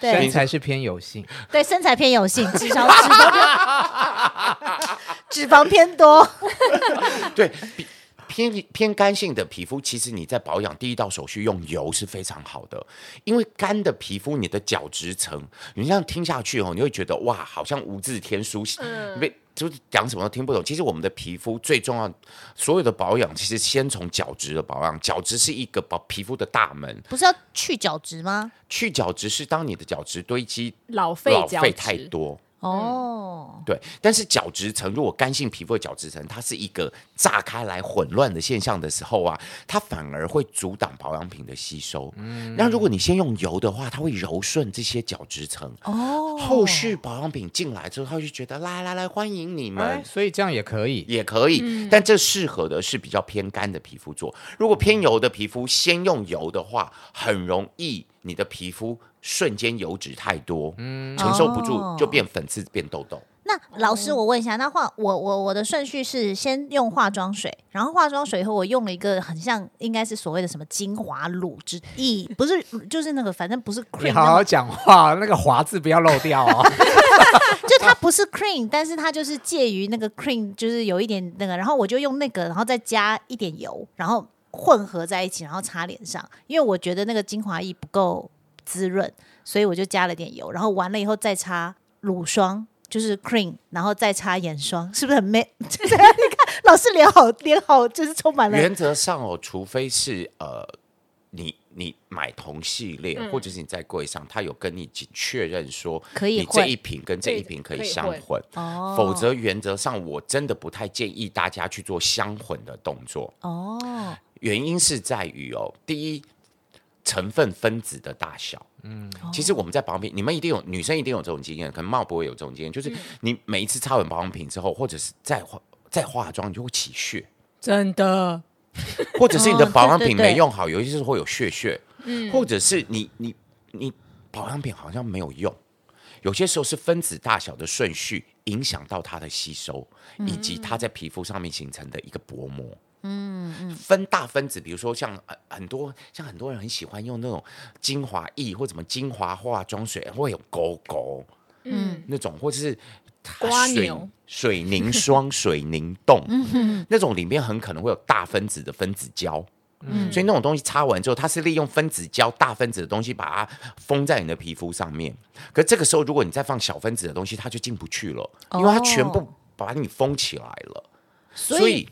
[SPEAKER 5] 对，
[SPEAKER 4] 身
[SPEAKER 3] 对
[SPEAKER 4] 材是偏油性，
[SPEAKER 3] 对，身材偏油性，脂肪脂肪
[SPEAKER 4] *laughs*
[SPEAKER 3] 脂肪偏多，
[SPEAKER 5] 对，比偏偏干性的皮肤，其实你在保养第一道手续用油是非常好的，因为干的皮肤，你的角质层，你这样听下去哦，你会觉得哇，好像无字天书，
[SPEAKER 6] 嗯
[SPEAKER 5] 被、就是讲什么都听不懂。其实我们的皮肤最重要，所有的保养其实先从角质的保养，角质是一个保皮肤的大门，
[SPEAKER 3] 不是要去角质吗？
[SPEAKER 5] 去角质是当你的角质堆积
[SPEAKER 6] 老废
[SPEAKER 5] 老
[SPEAKER 6] 角
[SPEAKER 5] 废
[SPEAKER 6] 质
[SPEAKER 5] 太多。
[SPEAKER 4] 嗯
[SPEAKER 3] 哦，
[SPEAKER 5] 对，但是角质层如果干性皮肤的角质层，它是一个炸开来混乱的现象的时候啊，它反而会阻挡保养品的吸收。
[SPEAKER 3] 嗯
[SPEAKER 5] 那如果你先用油的话，它会柔顺这些角质层。
[SPEAKER 3] 哦，
[SPEAKER 5] 后续保养品进来之后，它就觉得来来来，欢迎你们。
[SPEAKER 4] 哎，所以这样也可以。
[SPEAKER 5] 也可以，
[SPEAKER 3] 嗯
[SPEAKER 5] 但这适合的是比较偏干的皮肤做。如果偏油的皮肤，先用油的话，很容易你的皮肤瞬间油脂太多，承受不住
[SPEAKER 3] 哦
[SPEAKER 5] 就变粉刺、变痘痘。
[SPEAKER 3] 那老师，
[SPEAKER 4] 哦
[SPEAKER 3] 我问一下，那化我我我的顺序是先用化妆水，然后化妆水以后，我用了一个很像应该是所谓的什么精华乳之意，不是就是那个反正不是
[SPEAKER 4] 你
[SPEAKER 3] cream，
[SPEAKER 4] 好好讲话，那个“华”字不要漏掉哦。
[SPEAKER 3] 就它不是 cream，但是它就是介于那个 cream，就是有一点那个，然后我就用那个，然后再加一点油，然后混合在一起，然后擦脸上，因为我觉得那个精华液不够滋润，所以我就加了点油，然后完了以后再擦乳霜。就是 cream，然后再擦眼霜，是不是很美？ *laughs* 就是你看老师脸好脸好，就是充满了
[SPEAKER 5] 原则上哦，除非是呃，你你买同系列，或者是你在柜上，它有跟你确认说
[SPEAKER 3] 可以
[SPEAKER 5] 你这
[SPEAKER 3] 混
[SPEAKER 5] 一瓶跟这一瓶可以相混，
[SPEAKER 3] 哦
[SPEAKER 5] 否则原则上我真的不太建议大家去做相混的动作。
[SPEAKER 3] 哦，
[SPEAKER 5] 原因是在于哦，第一。成分分子的大小，嗯，其实我们在保养品，你们一定有女生一定有这种经验，可能茂博也有这种经验，就是你每一次擦完保养品之后，或者是再化再化妆，你就会起屑，
[SPEAKER 6] 真的，
[SPEAKER 5] 或者是你
[SPEAKER 3] 哦
[SPEAKER 5] 的
[SPEAKER 3] 对嗯
[SPEAKER 5] 保养
[SPEAKER 3] 对
[SPEAKER 5] 品
[SPEAKER 3] 对
[SPEAKER 5] 没用好，有一些是会有血血，或者是你你你保养品好像没有用，有些时候是分子大小的顺序影响到它的吸收，以及它在皮肤上面形成的一个薄膜。嗯，分大分子，比如说像呃很多像很多人很喜欢用那种精华液或什么精华化妆水，会有勾勾
[SPEAKER 6] 嗯，
[SPEAKER 5] 那种，或者是
[SPEAKER 6] 瓜
[SPEAKER 5] 水
[SPEAKER 6] 牛嗯
[SPEAKER 5] 水凝
[SPEAKER 6] *laughs*
[SPEAKER 5] 霜、水凝冻，那种里面很可能会有大分子的分子胶。
[SPEAKER 6] 嗯
[SPEAKER 5] 所以那种东西擦完之后，它是利用分子胶大分子的东西把它封在你的皮肤上面。可这个时候，如果你再放小分子的东西，它就进不去了，
[SPEAKER 6] 哦
[SPEAKER 5] 因为它全部把你封起来了。
[SPEAKER 3] 所以
[SPEAKER 5] 所以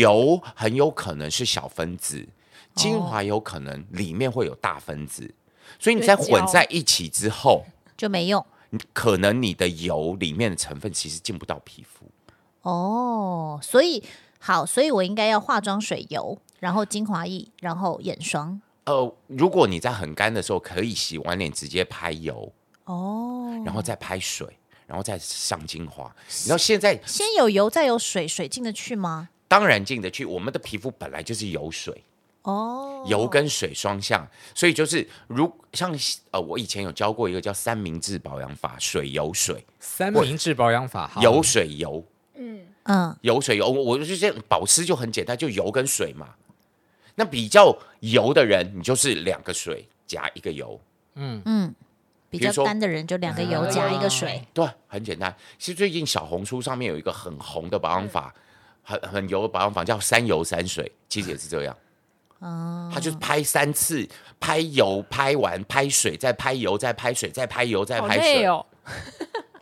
[SPEAKER 5] 油很有可能是小分子，精华
[SPEAKER 6] 哦
[SPEAKER 5] 有可能里面会有大分子，所以你在混在一起之后，
[SPEAKER 3] 就没用
[SPEAKER 5] 你可能你的油里面的成分其实进不到皮肤。
[SPEAKER 3] 哦，所以好，所以我应该要化妆水油，然后精华液，然后眼霜
[SPEAKER 5] 呃，如果你在很干的时候，可以洗完脸直接拍油，
[SPEAKER 3] 哦，
[SPEAKER 5] 然后再拍水，然后再上精华。你知道现在
[SPEAKER 3] 先有油，再有水，水进得去吗？
[SPEAKER 5] 当然进得去，我们的皮肤本来就是油水，
[SPEAKER 3] 哦，
[SPEAKER 5] 油跟水双向，所以就是如像呃，我以前有教过一个叫三明治保养法，水油水，
[SPEAKER 4] *laughs* 三明治保养法，好
[SPEAKER 5] 油水油，
[SPEAKER 6] 嗯，
[SPEAKER 3] 嗯，
[SPEAKER 5] 油水油，我我就这样保湿就很简单，就油跟水嘛。那比较油的人，你就是两个水加一个油，
[SPEAKER 3] 嗯比
[SPEAKER 5] 比
[SPEAKER 3] 较
[SPEAKER 5] 如说嗯
[SPEAKER 3] 干的人就两个油加一个水，
[SPEAKER 5] 对，很简单。其实最近小红书上面有一个很红的保
[SPEAKER 6] 嗯
[SPEAKER 5] 养法，很很油的保养法叫三油三水，其实也是这样。
[SPEAKER 3] 嗯，
[SPEAKER 5] 他就是拍三次，拍油，拍完，拍水，再拍油，再拍水，再拍油，再
[SPEAKER 6] 好
[SPEAKER 5] 拍水。
[SPEAKER 6] 累哦，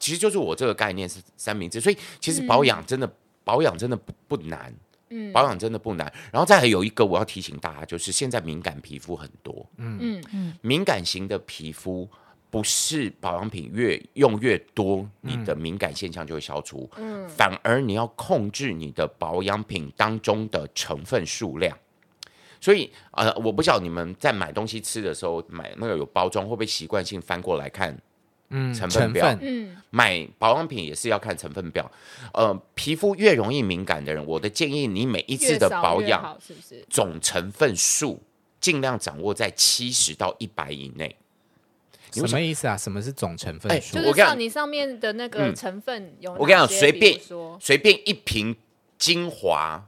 [SPEAKER 5] 其实就是我这个概念是三明治，所以其实保养真的、保养真的不不难，
[SPEAKER 6] 嗯
[SPEAKER 5] 保养真的不难。然后再还有一个我要提醒大家，就是现在敏感皮肤很多，
[SPEAKER 6] 嗯
[SPEAKER 5] 敏感型的皮肤不是保养品越用越多，你的敏感现象就会消除。
[SPEAKER 6] 嗯
[SPEAKER 5] 反而你要控制你的保养品当中的成分数量。所以，呃，我不晓得你们在买东西吃的时候，买那个有包装，会不会习惯性翻过来看
[SPEAKER 4] 嗯，
[SPEAKER 5] 成
[SPEAKER 4] 成
[SPEAKER 5] 分表
[SPEAKER 4] 分
[SPEAKER 6] 嗯，
[SPEAKER 5] 买保养品也是要看成分表。呃，皮肤越容易敏感的人，我的建议你每一次
[SPEAKER 6] 越
[SPEAKER 5] 的
[SPEAKER 6] 少
[SPEAKER 5] 保
[SPEAKER 6] 越
[SPEAKER 5] 养
[SPEAKER 6] 好是不是？
[SPEAKER 5] 总成分数尽量掌握在七十到一百以内。
[SPEAKER 4] 什么意思啊？什么是总成分
[SPEAKER 5] 哎
[SPEAKER 4] 数
[SPEAKER 6] 就？
[SPEAKER 5] 我
[SPEAKER 6] 是
[SPEAKER 5] 跟你讲
[SPEAKER 6] 像你嗯上面的那个成分有哪些，
[SPEAKER 5] 我跟你讲，随
[SPEAKER 6] 比
[SPEAKER 5] 便
[SPEAKER 6] 如说
[SPEAKER 5] 随便一瓶精华，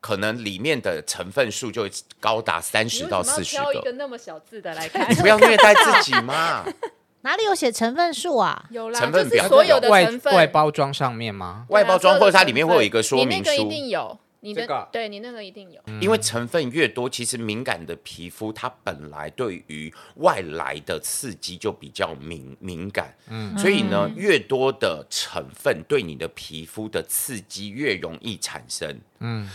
[SPEAKER 5] 可能里面的成分数就高达三十到四十
[SPEAKER 6] 你为什么要挑一个
[SPEAKER 5] 个。，
[SPEAKER 6] 啊那么小字的来 *laughs* 看
[SPEAKER 5] 不要虐待自己
[SPEAKER 6] *laughs*
[SPEAKER 5] 嘛！
[SPEAKER 3] 哪里有写成分数啊？
[SPEAKER 6] 有啦，
[SPEAKER 5] 成分
[SPEAKER 6] 就
[SPEAKER 5] 表
[SPEAKER 6] 是所有的
[SPEAKER 4] 外
[SPEAKER 6] 成分
[SPEAKER 4] 外包装上面吗？
[SPEAKER 6] 啊
[SPEAKER 5] 外包装或者它里面会有一个说
[SPEAKER 6] 你
[SPEAKER 5] 明
[SPEAKER 6] 那个一
[SPEAKER 5] 书，
[SPEAKER 6] 定有，你的、
[SPEAKER 4] 这个
[SPEAKER 6] 对你那个一定有，
[SPEAKER 5] 因为成分越多，其实敏感的皮肤它本来对于外来的刺激就比较敏敏感，嗯，所以呢，越多的成分对你的皮肤的刺激越容易产生，嗯。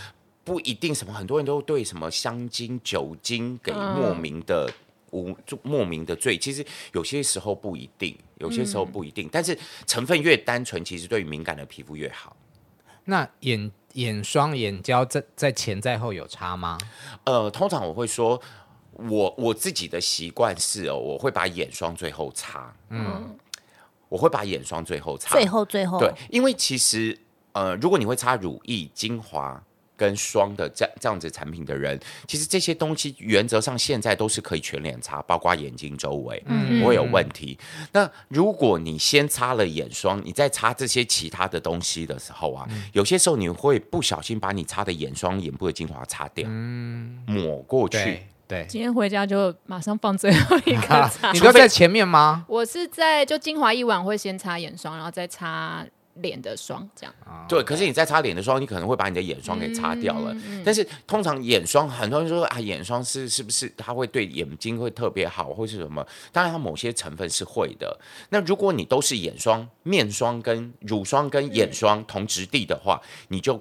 [SPEAKER 5] 不一定什么，很多人都对什么香精、酒精给莫名的无就莫名的罪，其实有些时候不一定，有些时候不一定。但是成分越单纯，其实对于敏感的皮肤越好。
[SPEAKER 4] 那眼眼霜、眼胶在在前在后有差吗？
[SPEAKER 5] 呃，通常我会说，我我自己的习惯是哦，我会把眼霜最后擦，嗯，我会把眼霜最后擦，
[SPEAKER 3] 最后最后，
[SPEAKER 5] 对，因为其实呃，如果你会擦乳液、精华。跟霜的这这样子产品的人，其实这些东西原则上现在都是可以全脸擦，包括眼睛周围，
[SPEAKER 4] 嗯
[SPEAKER 6] 嗯
[SPEAKER 5] 不会有问题。那如果你先擦了眼霜，你再擦这些其他的东西的时候啊，有些时候你会不小心把你擦的眼霜、眼部的精华擦掉，抹过去
[SPEAKER 4] 对。对，
[SPEAKER 6] 今天回家就马上放最后
[SPEAKER 4] *laughs*
[SPEAKER 6] 一个 *laughs* 擦
[SPEAKER 4] 你。都在前面吗？
[SPEAKER 6] 我是在就精华一晚会先擦眼霜，然后再擦脸的霜，这样。
[SPEAKER 5] 对，可是你在擦脸的时候，你可能会把你的眼霜给擦掉了。但是通常眼霜，很多人说啊，眼霜是是不是它会对眼睛会特别好，或是什么？当然，它某些成分是会的。那如果你都是眼霜、面霜跟乳霜跟眼霜同质地的话，你就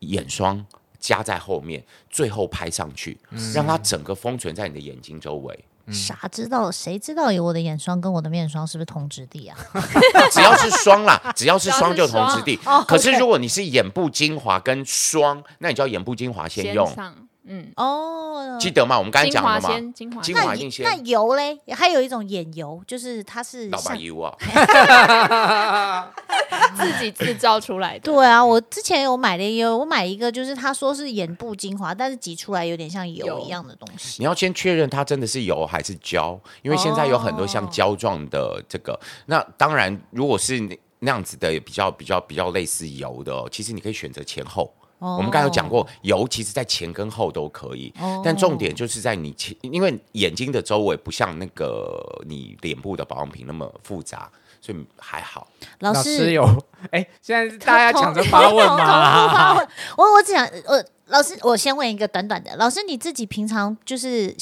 [SPEAKER 5] 眼霜加在后面，最后拍上去，让它整个封存在你的眼睛周围。 *laughs*
[SPEAKER 3] 傻知道谁知道有我的眼霜跟我的面霜是不是同质地
[SPEAKER 5] *laughs*
[SPEAKER 3] 啊？
[SPEAKER 5] 只要是霜啦，只要是霜就同质地。
[SPEAKER 3] 霜哦
[SPEAKER 5] 可是
[SPEAKER 3] OK
[SPEAKER 5] 如果你是眼部精华跟霜，那你就要眼部精华先用。
[SPEAKER 6] 上，嗯，
[SPEAKER 3] 哦，
[SPEAKER 5] 记得吗？我们刚才
[SPEAKER 6] 精
[SPEAKER 5] 讲了
[SPEAKER 6] 华
[SPEAKER 5] 嘛，
[SPEAKER 6] 先，精华
[SPEAKER 5] 精
[SPEAKER 6] 先。
[SPEAKER 5] 华
[SPEAKER 3] 那
[SPEAKER 5] 一定
[SPEAKER 3] 也
[SPEAKER 5] 先
[SPEAKER 3] 那油嘞，还有一种眼油，就是它是
[SPEAKER 5] 老白
[SPEAKER 3] 像
[SPEAKER 5] 油啊， *laughs*
[SPEAKER 6] 自己制造出来的。
[SPEAKER 3] 对啊，我之前有买了一个，我买一个就是他说是眼部精华，但是挤出来有点像油
[SPEAKER 6] 油
[SPEAKER 3] 一样的东西。
[SPEAKER 5] 你要先确认它真的是油还是胶，因为现在有很多像胶状的这个。那当然，如果是那那样子的，比较比较比较类似油的、哦，其实你可以选择前后。
[SPEAKER 6] 哦
[SPEAKER 3] 哦
[SPEAKER 5] 我们刚才有讲过，油其实在前跟后都可以，
[SPEAKER 6] 哦
[SPEAKER 5] 但重点就是在你前，因为眼睛的周围不像那个你脸部的保养品那么复杂，所以还好。
[SPEAKER 3] 老
[SPEAKER 4] 老
[SPEAKER 3] 师
[SPEAKER 4] 师
[SPEAKER 3] *laughs*
[SPEAKER 4] 有哎，现在是大家抢着发问
[SPEAKER 3] 同同步
[SPEAKER 4] 吗？
[SPEAKER 3] 发
[SPEAKER 5] *laughs*
[SPEAKER 3] 问我我只想，呃，老师，我先问一个短短的。老师，你自己平常就是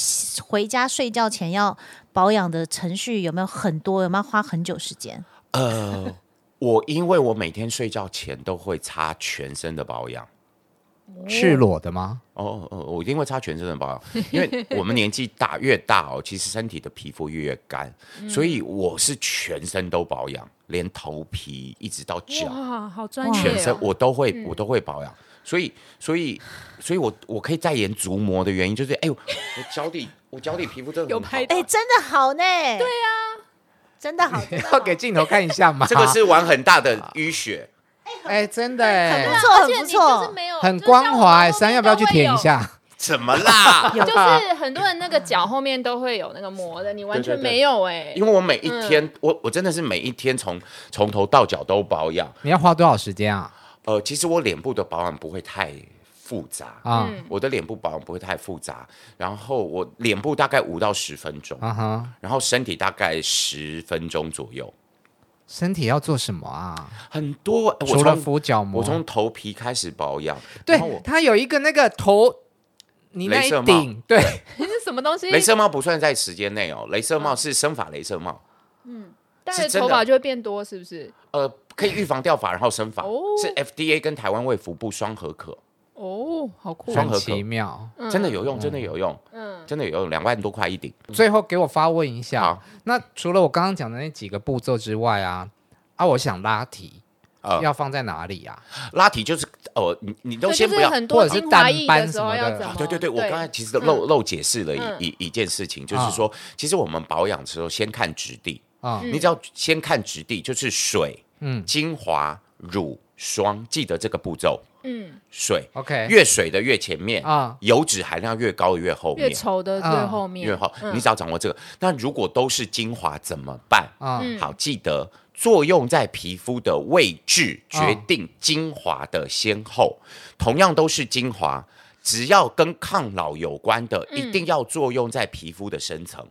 [SPEAKER 3] 回家睡觉前要保养的程序有没有很多？有没有花很久时间？
[SPEAKER 5] 呃，我因为我每天睡觉前都会擦全身的保养。
[SPEAKER 4] 赤裸的吗？ *laughs*
[SPEAKER 5] 哦哦，我一定会擦全身的保养， *laughs* 因为我们年纪大越大哦，其实身体的皮肤越干，
[SPEAKER 6] 嗯
[SPEAKER 5] 所以我是全身都保养，连头皮一直到脚，
[SPEAKER 6] 哇，好专业、哦！
[SPEAKER 5] 啊全身我都会、我都会保养。所以，所以，所以我我可以代言足膜的原因就是，哎呦，我脚底我脚底皮肤真的
[SPEAKER 6] 有
[SPEAKER 5] 很好
[SPEAKER 6] 拍，
[SPEAKER 3] 哎、真的好呢。对
[SPEAKER 6] 啊
[SPEAKER 3] 呀、真的好。真的好
[SPEAKER 4] 要给镜头看一下吗？
[SPEAKER 5] 这个是玩很大的淤血。
[SPEAKER 4] 哎，真的哎
[SPEAKER 3] 不，错，
[SPEAKER 6] 啊而
[SPEAKER 3] 很
[SPEAKER 6] 且
[SPEAKER 3] 不
[SPEAKER 6] 你就是
[SPEAKER 3] 错。
[SPEAKER 6] 没有，
[SPEAKER 4] 很
[SPEAKER 6] 就是像我
[SPEAKER 4] 光滑哎，
[SPEAKER 6] 后面
[SPEAKER 4] 三要不要去
[SPEAKER 6] 都会
[SPEAKER 4] 舔一
[SPEAKER 6] 有？
[SPEAKER 4] 下？
[SPEAKER 5] 怎么啦？
[SPEAKER 6] *laughs* 就是很多人那个脚后面都会有那个膜的，你完全
[SPEAKER 5] 对对对
[SPEAKER 6] 没有哎、
[SPEAKER 5] 因为我每一天，我我真的是每一天从从头到脚都保养。
[SPEAKER 4] 你要花多少时间啊？
[SPEAKER 5] 呃，其实我脸部的保养不会太复杂
[SPEAKER 4] 啊
[SPEAKER 6] 嗯
[SPEAKER 5] 我的脸部保养不会太复杂，然后我脸部大概五到十分钟，
[SPEAKER 4] 啊哈，
[SPEAKER 5] 然后身体大概十分钟左右，
[SPEAKER 4] 身体要做什么啊？
[SPEAKER 5] 很多。呃我
[SPEAKER 4] 除了
[SPEAKER 5] 从
[SPEAKER 4] 敷角膜，
[SPEAKER 5] 我从头皮开始保养，然后
[SPEAKER 4] 对
[SPEAKER 5] 我
[SPEAKER 4] 它有一个那个头，你那
[SPEAKER 5] 镭
[SPEAKER 4] 一
[SPEAKER 5] 射帽
[SPEAKER 4] 顶对，
[SPEAKER 6] 这是什么东西？
[SPEAKER 5] 镭射帽不算在时间内哦，镭射帽是生发镭射帽，
[SPEAKER 6] 戴
[SPEAKER 5] 是
[SPEAKER 6] 了
[SPEAKER 5] 真
[SPEAKER 6] 头
[SPEAKER 5] 的
[SPEAKER 6] 发就会变多，是不是？
[SPEAKER 5] 呃，可以预防掉发，然后生发，
[SPEAKER 6] 哦
[SPEAKER 5] 是 FDA 跟台湾卫福部双合可，
[SPEAKER 6] 哦，好酷！
[SPEAKER 5] 双
[SPEAKER 4] 很
[SPEAKER 5] 合可
[SPEAKER 4] 奇妙。
[SPEAKER 5] 嗯真的有用，真的有用。
[SPEAKER 6] 嗯
[SPEAKER 5] 真的有两万多块一顶。
[SPEAKER 4] 最后给我发问一下
[SPEAKER 5] 好，
[SPEAKER 4] 那除了我刚刚讲的那几个步骤之外啊，啊，我想拉提。
[SPEAKER 5] 呃
[SPEAKER 4] 要放在哪里啊？
[SPEAKER 5] 拉提就是哦，你你都
[SPEAKER 6] 对
[SPEAKER 5] 先
[SPEAKER 6] 就
[SPEAKER 5] 不
[SPEAKER 6] 是
[SPEAKER 5] 要。
[SPEAKER 6] 很
[SPEAKER 4] 或
[SPEAKER 6] 多
[SPEAKER 4] 者是
[SPEAKER 6] 精华
[SPEAKER 4] 淡
[SPEAKER 6] 液
[SPEAKER 4] 斑
[SPEAKER 6] 的时
[SPEAKER 4] 什
[SPEAKER 6] 候
[SPEAKER 4] 么
[SPEAKER 6] 要
[SPEAKER 4] 的
[SPEAKER 6] 怎
[SPEAKER 4] 啊
[SPEAKER 6] 么？
[SPEAKER 5] 对对对，我刚才其实
[SPEAKER 6] 嗯
[SPEAKER 5] 漏漏解释了一一一件事情，就是
[SPEAKER 4] 啊
[SPEAKER 5] 说，其实我们保养的时候先看质地，
[SPEAKER 4] 啊、嗯，
[SPEAKER 5] 你只要先看质地，就是水、
[SPEAKER 4] 嗯
[SPEAKER 5] 精华、乳霜，记得这个步骤。
[SPEAKER 6] 嗯，
[SPEAKER 5] 水
[SPEAKER 4] OK
[SPEAKER 5] 越水的越前面
[SPEAKER 4] 哎啊
[SPEAKER 5] 油脂含量越高的越后
[SPEAKER 6] 越
[SPEAKER 5] 面，
[SPEAKER 6] 稠的越
[SPEAKER 4] 嗯
[SPEAKER 6] 后面，
[SPEAKER 5] 越后。
[SPEAKER 6] 嗯
[SPEAKER 5] 你只要掌握这个，那如果都是精华怎么办？
[SPEAKER 4] 啊、
[SPEAKER 6] 嗯
[SPEAKER 5] 好，记得作用在皮肤的位置决定精华的先后，同样都是精华。只要跟抗老有关的，一定要作用在皮肤的深层。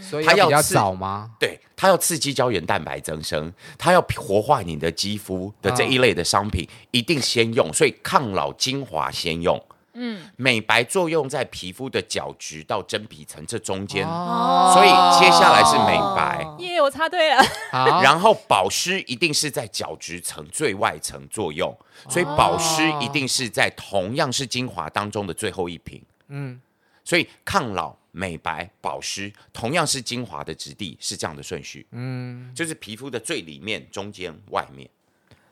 [SPEAKER 4] 所以
[SPEAKER 5] 它
[SPEAKER 4] 要比
[SPEAKER 5] 要
[SPEAKER 4] 较
[SPEAKER 5] 刺
[SPEAKER 4] 早吗？
[SPEAKER 5] 对，它要刺激胶原蛋白增生，它要活化你的肌肤的这一类的商品，一定先用。所以抗老精华先用，嗯，美白作用在皮肤的角质到真皮层这中间，
[SPEAKER 4] 哦
[SPEAKER 5] *laughs* 所以接下来是美白。
[SPEAKER 6] 耶，我插队了，
[SPEAKER 4] 好，
[SPEAKER 5] 然后保湿一定是在角质层最外层作用，所以保湿一定是在同样是精华当中的最后一瓶。
[SPEAKER 4] 嗯，
[SPEAKER 5] 所以抗老、美白、保湿同样是精华的质地，是这样的顺序。嗯，就是皮肤的最里面、中间、外面。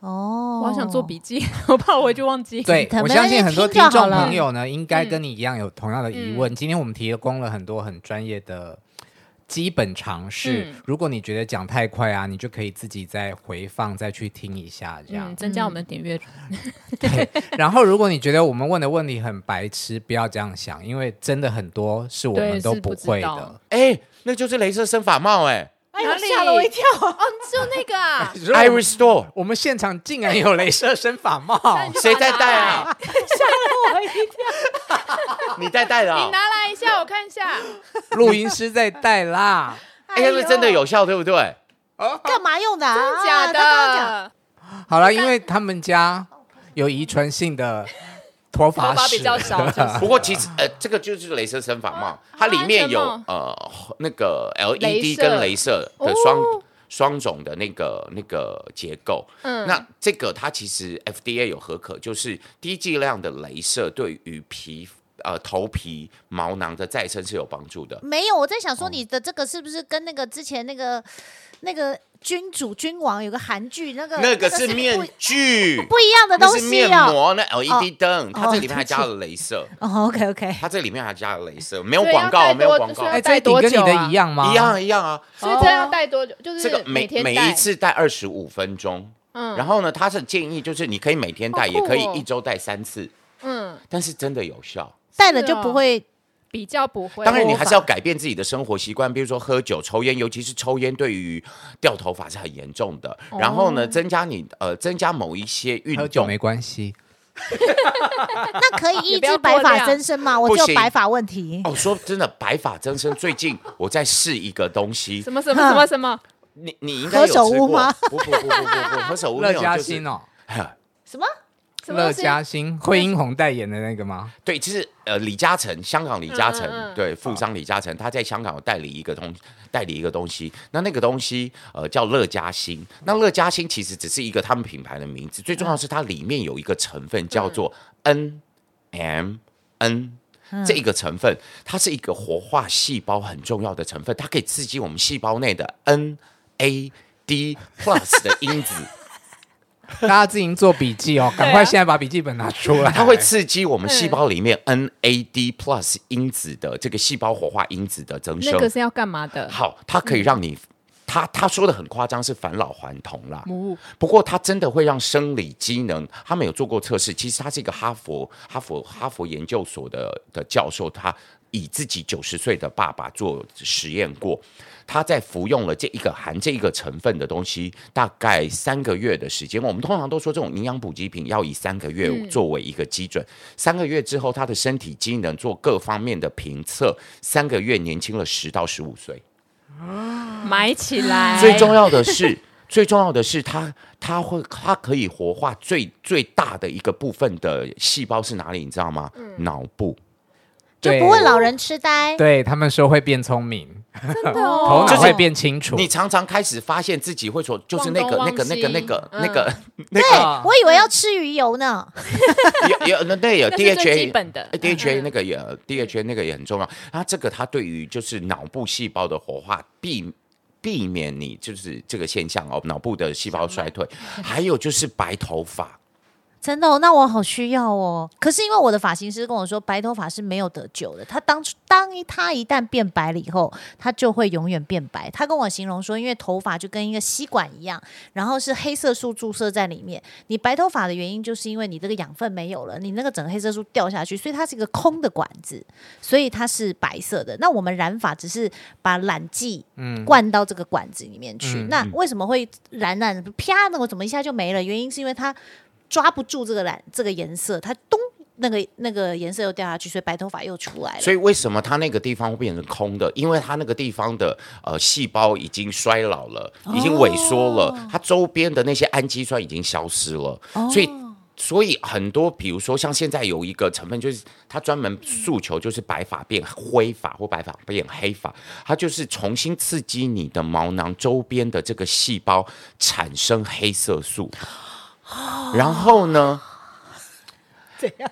[SPEAKER 3] 哦，
[SPEAKER 6] 我好想做笔记， *laughs* 我怕我就忘记。 *laughs*
[SPEAKER 4] 对
[SPEAKER 3] 他，
[SPEAKER 4] 我
[SPEAKER 3] 们
[SPEAKER 4] 相
[SPEAKER 3] 那
[SPEAKER 4] 信
[SPEAKER 3] 就
[SPEAKER 4] 很多
[SPEAKER 3] 听
[SPEAKER 4] 听
[SPEAKER 3] 就好
[SPEAKER 4] 众
[SPEAKER 3] 了
[SPEAKER 4] 朋友呢，应该跟你一样有同样的
[SPEAKER 6] 嗯
[SPEAKER 4] 疑问。今天我们提供了很多很专业的基本常识，
[SPEAKER 6] 嗯
[SPEAKER 4] 如果你觉得讲太快啊，你就可以自己再回放再去听一下这样
[SPEAKER 6] 嗯，。 *laughs* 增加我们的点阅率。
[SPEAKER 4] 然后，如果你觉得我们问的问题很白痴，不要这样想，因为真的很多是我
[SPEAKER 6] 对
[SPEAKER 4] 们都
[SPEAKER 6] 是不知
[SPEAKER 4] 会
[SPEAKER 6] 道
[SPEAKER 4] 的。，
[SPEAKER 5] 哎，那就是镭射生发帽哎、
[SPEAKER 6] 哎
[SPEAKER 3] 呦吓了我一跳！
[SPEAKER 6] 哦，就那个啊
[SPEAKER 5] i r i s
[SPEAKER 4] *laughs*
[SPEAKER 5] t o r e
[SPEAKER 4] 我们现场竟然有镭射生发帽， *laughs*
[SPEAKER 5] 哦谁在戴
[SPEAKER 6] *laughs*
[SPEAKER 5] 啊？ *laughs* 你在戴的、
[SPEAKER 6] 你
[SPEAKER 5] 啊？
[SPEAKER 6] 拿来一下，我看一下。
[SPEAKER 3] 啊
[SPEAKER 4] 录音师在戴啦。
[SPEAKER 5] 哎，那真的有效对不对？
[SPEAKER 3] 干嘛用的啊？
[SPEAKER 6] 真的假
[SPEAKER 3] 他刚刚讲
[SPEAKER 6] 的？
[SPEAKER 4] 好了，因为他们家有遗传性的脱发
[SPEAKER 6] *laughs* 头发
[SPEAKER 4] 史
[SPEAKER 6] 比较少，就是
[SPEAKER 5] 不过其实呃，这个就是镭射生发
[SPEAKER 6] 啊
[SPEAKER 5] 帽，它里面有
[SPEAKER 6] 安全
[SPEAKER 5] 呃那个
[SPEAKER 6] 镭
[SPEAKER 5] LED
[SPEAKER 6] 射
[SPEAKER 5] 跟镭射的双、
[SPEAKER 6] 哦
[SPEAKER 5] 双种的那个那个结构。
[SPEAKER 6] 嗯
[SPEAKER 5] 那这个它其实 FDA 有合可，就是低剂量的镭射对于皮呃头皮毛囊的再生是有帮助的。
[SPEAKER 3] 没有，我在
[SPEAKER 5] 哦
[SPEAKER 3] 想说你的这个是不是跟那个之前那个那个君主君王有个韩剧那
[SPEAKER 6] 嗯
[SPEAKER 3] 个
[SPEAKER 5] 那个是
[SPEAKER 3] 不
[SPEAKER 5] 面具，
[SPEAKER 3] 不一样的
[SPEAKER 5] 那
[SPEAKER 3] 东
[SPEAKER 5] 是
[SPEAKER 3] 西
[SPEAKER 5] 面
[SPEAKER 3] 哦。
[SPEAKER 5] 膜，那 LED 灯，它
[SPEAKER 3] 哦
[SPEAKER 5] 这里面还加了镭射，
[SPEAKER 3] 哦，OK OK，
[SPEAKER 5] 它这里面还加了镭射，没有
[SPEAKER 6] 对
[SPEAKER 5] 广
[SPEAKER 6] 要
[SPEAKER 5] 告，
[SPEAKER 6] 戴
[SPEAKER 5] 没有
[SPEAKER 6] 多
[SPEAKER 5] 广告
[SPEAKER 6] 所以，
[SPEAKER 4] 哎，这一顶跟你的一样吗？
[SPEAKER 5] 一样啊一样啊。
[SPEAKER 6] 所以这要戴多久？就是
[SPEAKER 5] 这个每
[SPEAKER 6] 天
[SPEAKER 5] 每
[SPEAKER 6] 戴
[SPEAKER 5] 一，次戴二十五分钟，
[SPEAKER 6] 嗯
[SPEAKER 5] 然后呢，他是建议就是你可以每天戴，
[SPEAKER 6] 好酷
[SPEAKER 5] 也
[SPEAKER 6] 哦
[SPEAKER 5] 可以一周戴三次，
[SPEAKER 6] 嗯，
[SPEAKER 5] 但是真的有效。
[SPEAKER 3] 戴了就不
[SPEAKER 6] 哦
[SPEAKER 3] 会
[SPEAKER 6] 比较不会。
[SPEAKER 5] 当然，你还是要改变自己的生活习惯，比如说喝酒、抽烟，尤其是抽烟对于掉头发是很严重的。然后呢，增加你呃增加某一些运
[SPEAKER 4] 喝酒
[SPEAKER 5] 动
[SPEAKER 4] 没，关系，
[SPEAKER 3] 那可以抑
[SPEAKER 6] *laughs* 也不要
[SPEAKER 3] 制
[SPEAKER 6] 过
[SPEAKER 3] 白发
[SPEAKER 6] 量
[SPEAKER 3] 增生吗？我
[SPEAKER 5] 不
[SPEAKER 3] 只有
[SPEAKER 5] 行
[SPEAKER 3] 白发问题。
[SPEAKER 5] 哦，说真的，白发增生。最近我在试一个东西
[SPEAKER 6] 什，么什么什么什么
[SPEAKER 5] 你你应该有吃
[SPEAKER 3] 何首乌
[SPEAKER 5] 过
[SPEAKER 3] 吗？
[SPEAKER 5] 不不不不不不，何首乌没
[SPEAKER 4] 乐
[SPEAKER 5] 有
[SPEAKER 4] 嘉
[SPEAKER 5] 就是
[SPEAKER 4] 欣哦，
[SPEAKER 3] 什么？
[SPEAKER 6] 什么
[SPEAKER 4] 乐
[SPEAKER 6] 东西
[SPEAKER 4] 嘉欣，惠英红代言的那个
[SPEAKER 6] *laughs*
[SPEAKER 4] 吗？
[SPEAKER 5] 对，其实呃，李嘉诚，香港李嘉诚，
[SPEAKER 6] 嗯嗯嗯
[SPEAKER 5] 对，富商李嘉诚，他在香港有代理一个东，代理一个东西，那那个东西呃叫乐嘉欣，那乐嘉欣其实只是一个他们品牌的名字，最重要是它里面有一个成分叫做
[SPEAKER 6] 嗯
[SPEAKER 5] N M N。这一个成分，它是一个活化细胞很重要的成分，它可以刺激我们细胞内的 N A
[SPEAKER 6] *laughs*
[SPEAKER 5] D plus 的因子，
[SPEAKER 4] 大家自行做笔记哦，
[SPEAKER 6] 啊
[SPEAKER 4] 赶快现在把笔记本拿出来。
[SPEAKER 5] 它会刺激我们细胞里面 NAD plus 因子的这个细胞活化因子的增生
[SPEAKER 6] 那。个是要干嘛的？
[SPEAKER 5] 嗯
[SPEAKER 6] 嗯
[SPEAKER 5] 好，它可以让你，它它说的很夸张，是返老还童啦。
[SPEAKER 6] 母
[SPEAKER 5] 不过它真的会让生理机能，他们有做过测试，其实它是一个哈佛哈佛哈佛研究所的的教授，他以自己九十岁的爸爸做实验过，他在服用了这一个含这一个成分的东西，大概三个月的时间。我们通常都说这种营养补给品要以三个月作为一个基
[SPEAKER 6] 嗯
[SPEAKER 5] 准，三个月之后他的身体机能做各方面的评测，三个月年轻了十到十五岁。
[SPEAKER 6] 买起来，
[SPEAKER 5] 最重要的是， *laughs* 最重要的是它，它会它可以活化
[SPEAKER 6] 嗯
[SPEAKER 5] 最最大的一个部分的细胞是哪里？你知道吗？脑部。
[SPEAKER 3] 就
[SPEAKER 4] 对
[SPEAKER 3] 不会老人痴呆。
[SPEAKER 4] 对他们说会变聪明，头
[SPEAKER 6] 哦
[SPEAKER 4] 脑会变清楚。
[SPEAKER 5] 你常常开始发现自己会说，就是那个、那
[SPEAKER 6] 忘
[SPEAKER 5] 个、
[SPEAKER 6] 东
[SPEAKER 5] 那个、那个、
[SPEAKER 6] 忘
[SPEAKER 5] 那个、那
[SPEAKER 3] 对
[SPEAKER 5] 个，
[SPEAKER 3] 我以为要吃鱼油呢，
[SPEAKER 5] *laughs* 有有那对有
[SPEAKER 6] 嗯那是
[SPEAKER 5] DHA
[SPEAKER 6] 最基本的嗯
[SPEAKER 5] 哎。DHA 那个也 DHA 那个也很重要。它这个它对于就是脑部细胞的活化避。避免你就是这个现象哦，脑部的细胞衰退，
[SPEAKER 6] 嗯
[SPEAKER 5] 还有就是白头发，
[SPEAKER 3] 真的、哦，那我好需要哦。可是因为我的发型师跟我说，白头发是没有得救的。他当初当一他一旦变白了以后，他就会永远变白。他跟我形容说，因为头发就跟一个吸管一样，然后是黑色素注射在里面。你白头发的原因就是因为你这个养分没有了，你那个整个黑色素掉下去，所以它是一个空的管子，所以它是白色的。那我们染发只是把染剂灌到这个管子里面去。
[SPEAKER 4] 嗯
[SPEAKER 3] 那为什么会染染啪？那我怎么一下就没了？原因是因为它抓不住这个染这个颜色，它咚那个那个颜色又掉下去，所以白头发又出来了。
[SPEAKER 5] 所以为什么它那个地方会变成空的？因为它那个地方的呃细胞已经衰老了，
[SPEAKER 6] 哦
[SPEAKER 5] 已经萎缩了，它周边的那些氨基酸已经消失了，
[SPEAKER 6] 哦
[SPEAKER 5] 所以。所以很多，比如说像现在有一个成分，就是它专门诉求就是白发变灰发或白发变黑发，它就是重新刺激你的毛囊周边的这个细胞产生黑色素，然后
[SPEAKER 6] *laughs*
[SPEAKER 5] 呢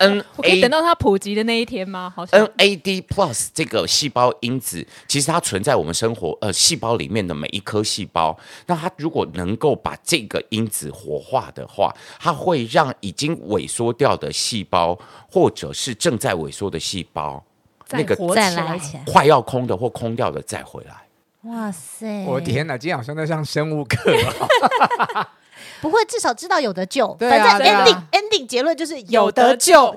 [SPEAKER 5] ，N
[SPEAKER 6] 我可
[SPEAKER 5] A 嗯
[SPEAKER 6] 以等到它普及的那一天吗？好像
[SPEAKER 5] NAD plus 这个细胞因子，其实它存在我们生活呃细胞里面的每一颗细胞。那它如果能够把这个因子活化的话，它会让已经萎缩掉的细胞，或者是正在萎缩的细胞，那个
[SPEAKER 6] 活
[SPEAKER 3] 再
[SPEAKER 6] 起
[SPEAKER 3] 来起来，
[SPEAKER 5] 快要空的或空掉的再回来。
[SPEAKER 3] 哇塞！
[SPEAKER 4] 我天哪，今天好像在上生物课哦。
[SPEAKER 3] 不会，至少知道有得救。
[SPEAKER 4] 对
[SPEAKER 3] 反
[SPEAKER 4] 啊
[SPEAKER 3] 正
[SPEAKER 4] 对
[SPEAKER 3] ending、
[SPEAKER 4] 啊
[SPEAKER 3] ending 结论就是
[SPEAKER 6] 有
[SPEAKER 3] 有得
[SPEAKER 6] 得救。